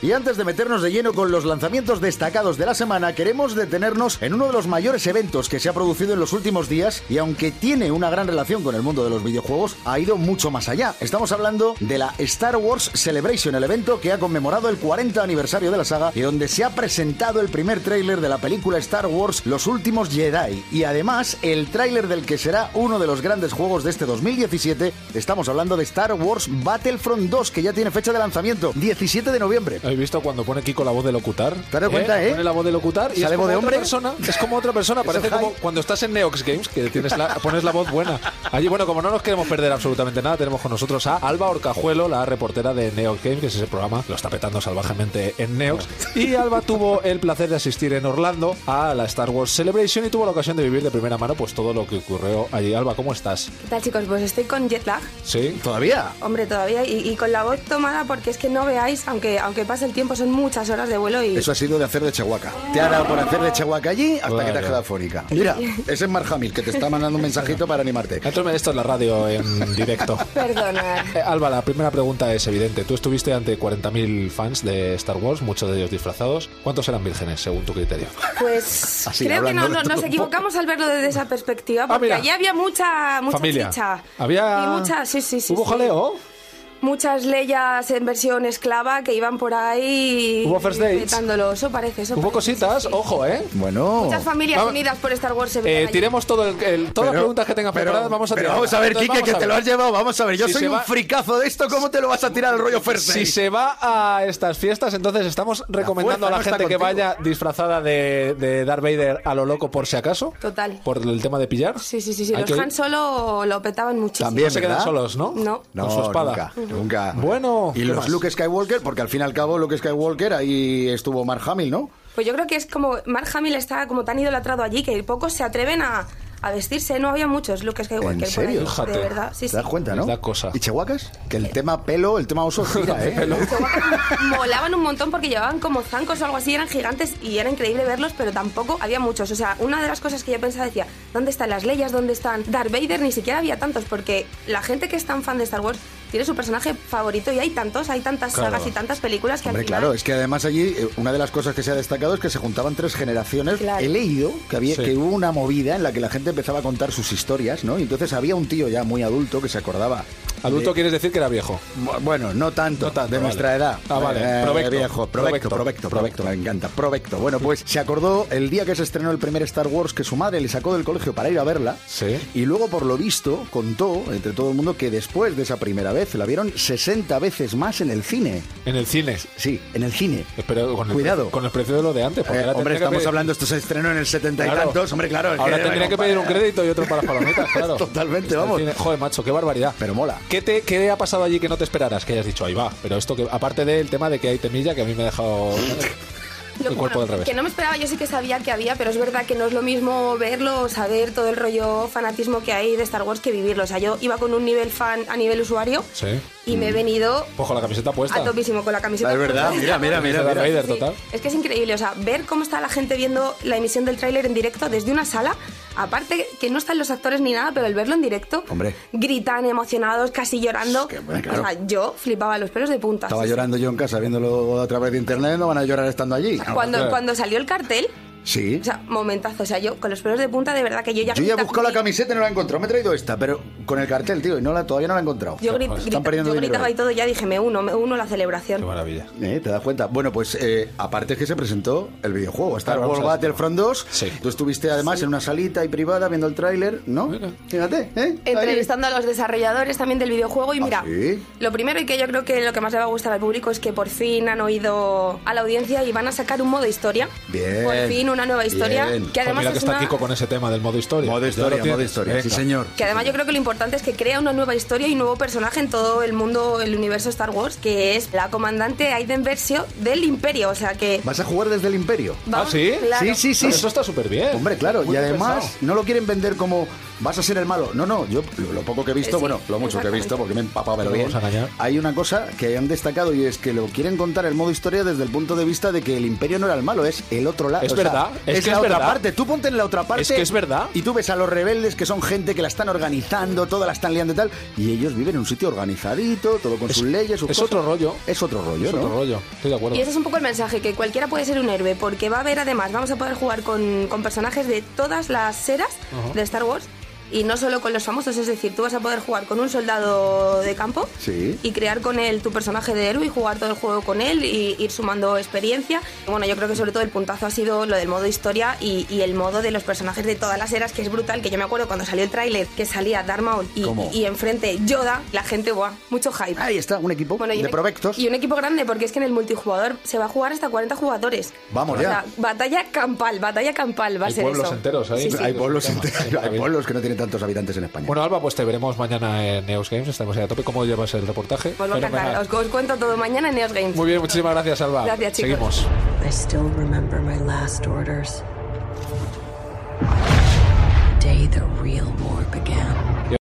Y antes de meternos de lleno con los lanzamientos destacados de la semana, queremos detenernos en uno de los mayores eventos que se ha producido en los últimos días y aunque tiene una gran relación con el mundo de los videojuegos, ha ido mucho más allá. Estamos hablando de la Star Wars Celebration, el evento que ha conmemorado el 40 aniversario de la saga y donde se ha presentado el primer tráiler de la película Star Wars Los Últimos Jedi y además el tráiler del que será uno de los grandes juegos de este 2017. Estamos hablando de Star Wars Battlefront 2 que ya tiene fecha de lanzamiento, 17 de noviembre. ¿Habéis visto cuando pone Kiko la voz de locutar? ¿Te das cuenta, eh? Pone la voz de locutar y ¿Sale es como voz de otra hombre? persona. Es como otra persona. Parece Eso es como high. cuando estás en Neox Games, que tienes la, pones la voz buena. Allí, bueno, como no nos queremos perder absolutamente nada, tenemos con nosotros a Alba Orcajuelo, la reportera de Neox Games, que es ese programa, lo está petando salvajemente en Neox. Y Alba tuvo el placer de asistir en Orlando a la Star Wars Celebration y tuvo la ocasión de vivir de primera mano pues todo lo que ocurrió allí. Alba, ¿cómo estás? ¿Qué tal chicos? Pues estoy con jet lag, ¿Sí? ¿Todavía? hombre, todavía, y, y con la voz tomada porque es que no veáis, aunque, aunque pase el tiempo, son muchas horas de vuelo y... Eso ha sido de hacer de Chihuahua. Te ha dado por hacer de Chihuahua allí hasta que te Claro. has quedado fónica. Mira, ese es Mark Hamill, que te está mandando un mensajito para animarte. Entonces, esto es la radio en directo. Perdonad. Eh, Alba, la primera pregunta es evidente. Tú estuviste ante 40.000 fans de Star Wars, muchos de ellos disfrazados. ¿Cuántos eran vírgenes, según tu criterio? Pues Así, creo que hablando no, de no- todo nos un equivocamos al verlo desde esa perspectiva, Ah, porque mira. allí había mucha, mucha Familia. chicha. Había. Y muchas, sí, sí, sí. ¿Hubo sí. jaleo? Muchas leyas en versión esclava que iban por ahí... ¿Hubo first dates? petándolo, eso parece, eso ¿Hubo parece, sí, cositas? sí. Ojo, ¿eh? Bueno. Muchas familias Vamos. unidas por Star Wars se Eh, veían allí. tiremos todo el, el- todas Pero- las preguntas que tenga pero- preparadas. vamos a pero tirar. vamos a ver, Entonces, Kike, que vamos a te ver. lo has llevado. Vamos a ver, yo Si soy se un va- fricazo de esto. ¿Cómo te lo vas a tirar al rollo first Si date? se va a estas fiestas, entonces estamos fuerza recomendando a la no está gente que contigo. vaya disfrazada de, de Darth Vader a lo loco por si acaso. Total. Por el tema de pillar. Sí, sí, sí, sí. Hay Los que- Han Solo lo petaban muchísimo. También. No se quedan ¿verdad? solos, ¿no? No. No, Con su espada. nunca, nunca. Bueno, Y ¿qué los más? Luke Skywalker, porque al fin y al cabo Luke Skywalker, ahí estuvo Mark Hamill, ¿no? Pues yo creo que es como Mark Hamill está como tan idolatrado allí que pocos se atreven a, a vestirse. ¿eh? No había muchos Luke Skywalker. ¿En por serio? ahí, Fíjate. De verdad, Ah, sí, ¿Te sí. das cuenta, no? Es la cosa. ¿Y Chihuahuas? Que el tema pelo, el tema oso, mira, ¿eh? Pelo. Molaban un montón porque llevaban como zancos o algo así, eran gigantes y era increíble verlos, pero tampoco había muchos. O sea, una de las cosas que yo pensaba decía, ¿dónde están las leyes? ¿Dónde están Darth Vader? Ni siquiera había tantos porque la gente que es tan fan de Star Wars tiene su personaje favorito y hay tantos, hay tantas Claro. sagas y tantas películas que Hombre, al final... claro, es que además allí eh, una de las cosas que se ha destacado es que se juntaban tres generaciones. Claro. He leído que había Sí. que hubo una movida en la que la gente empezaba a contar sus historias, ¿no? Y entonces había un tío ya muy adulto que se acordaba. Adulto quieres decir que era viejo. Bu- Bueno, no tanto, No tanto, de vale. nuestra edad. Eh, Ah, vale, provecto, viejo, provecto, provecto, provecto, provecto, provecto. me encanta, provecto. Bueno, pues se acordó el día que se estrenó el primer Star Wars que su madre le sacó del colegio para ir a verla. Sí. Y luego, por lo visto, contó entre todo el mundo que después de esa primera vez la vieron 60 veces más en el cine. En el cine. Sí, en el cine. Pero con el, Cuidado. Con el precio de lo de antes. Eh, porque ahora hombre, tendría que estamos pedir- hablando, esto se estrenó en el 70 y Claro. tantos. Hombre, claro. es Ahora que- tendría que pedir un crédito y otro para las palomitas, claro. Totalmente, Está el vamos. cine- Joder, macho, qué barbaridad. Pero mola. Ah, ¿Qué, te, ¿Qué ha pasado allí que no te esperaras? Que hayas dicho, ahí va. Pero esto que, aparte del tema de que hay temilla, que a mí me ha dejado Lo el que- cuerpo del revés. Que no me esperaba, yo sí que sabía que había, pero es verdad que no es lo mismo verlo, saber todo el rollo fanatismo que hay de Star Wars que vivirlo. O sea, yo iba con un nivel fan a nivel usuario Sí. y me he venido Pues con la camiseta puesta. a topísimo con la camiseta. Es verdad, mira, mira, mira. Darth mira. Vader, Sí, total. Es que es increíble, o sea, ver cómo está la gente viendo la emisión del tráiler en directo desde una sala, aparte que no están los actores ni nada, pero el verlo en directo, Hombre. gritan emocionados, casi llorando. Es que, bueno, O sea, claro. yo flipaba los pelos de punta. Estaba sí, sí. llorando yo en casa viéndolo a través de internet, no van a llorar estando allí. Ah, Cuando, claro. cuando salió el cartel, Sí. O sea, momentazo. O sea, yo con los pelos de punta, de verdad que yo ya. Yo ya he grita- buscado la camiseta y no la he encontrado. Me he traído esta, pero con el cartel, tío, y no la, todavía no la he encontrado. Yo, grit- Están grita- perdiendo yo dinero. gritaba y todo, ya dije, me uno, me uno a la Qué celebración. maravilla. Eh, ¿Te das cuenta? Bueno, pues eh, aparte es que se presentó el videojuego, Star Claro, Wars vamos a ver. Battlefront 2. Sí. Tú estuviste además en una salita ahí privada viendo el tráiler, ¿no? Mira. Fíjate, ¿eh? Ahí. Entrevistando a los desarrolladores también del videojuego y ¿Ah, mira, sí? lo primero y que yo creo que lo que más le va a gustar al público es que por fin han oído a la audiencia y van a sacar un modo historia. Bien. Por fin una nueva historia. Bien. Que Joder, además mira que es está una- Kiko con ese tema del modo historia. Modo Ya lo historia, tienes. modo historia. Sí, Venga. señor. Que además yo creo que lo importante es que crea una nueva historia y un nuevo personaje en todo el mundo, el universo Star Wars, que es la comandante Aiden Versio del Imperio. O sea que... ¿Vas a jugar desde el Imperio? ¿Ah, sí? claro. ¿Ah, Sí, sí, sí. Eso está súper bien. Hombre, claro, Muy y bien además pensado. no lo quieren vender como vas a ser el malo. No, no, yo lo, lo poco que he visto, Sí, bueno, lo mucho que he visto, porque me he empapado, pero Lo bien. vamos a engañar. Hay una cosa que han destacado y es que lo quieren contar el modo historia desde el punto de vista de que el imperio no era el malo, es el otro lado. Es O sea, verdad, es que la es otra verdad. parte. Tú ponte en la otra parte. Es que es verdad. Y tú ves a los rebeldes que son gente que la están organizando, toda la están liando y tal, y ellos viven en un sitio organizadito, todo con Es- sus leyes. sus es cosas. otro rollo. Es otro rollo, Es Pues ¿no? otro rollo, estoy de acuerdo. Y ese es un poco el mensaje, que cualquiera puede ser un héroe, porque va a haber además, vamos a poder jugar con, con personajes de todas las eras de Star Wars. Y no solo con los famosos, es decir, tú vas a poder jugar con un soldado de campo Sí. y crear con él tu personaje de héroe y jugar todo el juego con él y ir sumando experiencia. Bueno, yo creo que sobre todo el puntazo ha sido lo del modo historia y, y el modo de los personajes de todas las eras, que es brutal, que yo me acuerdo cuando salió el tráiler, que salía Darth Maul y, ¿Cómo? y enfrente Yoda, la gente, ¡buah! Mucho hype. Ahí está, un equipo Bueno, y de un equi- provectos. Y un equipo grande, porque es que en el multijugador se va a jugar hasta 40 jugadores. Vamos O ya. sea, batalla campal, batalla campal va Hay a ser pueblos eso. enteros ahí. Sí, sí. Hay pueblos, Sí, sí. enteros- hay pueblos que no tienen tantos habitantes en España. Bueno, Alba, pues te veremos mañana en Neos Games. Estaremos ahí a tope. ¿Cómo llevas el reportaje? Os Pues va a encantar. Fenomenal. Os, os cuento todo mañana en Neos Games. Muy bien, muchísimas gracias, Alba. Gracias, chicos. Seguimos. I still remember my last orders.